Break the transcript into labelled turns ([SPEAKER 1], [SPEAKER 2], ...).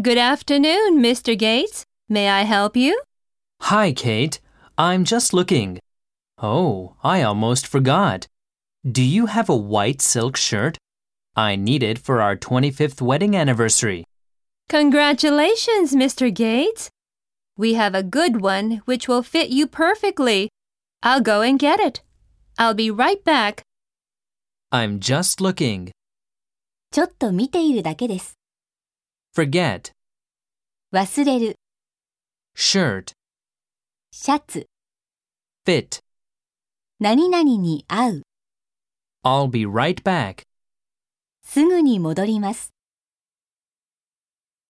[SPEAKER 1] Good afternoon, Mr. Gates. May I help you?
[SPEAKER 2] Hi, Kate. I'm just looking. Oh, I almost forgot. Do you have a white silk shirt? I need it for our 25th wedding anniversary.
[SPEAKER 1] Congratulations, Mr. Gates. We have a good one which will fit you perfectly. I'll go and get it. I'll be right back.
[SPEAKER 2] I'm just looking.
[SPEAKER 3] ちょっと見ているだけです。
[SPEAKER 2] Forget.
[SPEAKER 3] 忘れる、
[SPEAKER 2] Shirt.
[SPEAKER 3] シャツ、
[SPEAKER 2] Fit.
[SPEAKER 3] 何々に合う、
[SPEAKER 2] I'll be right back.
[SPEAKER 3] すぐに戻ります。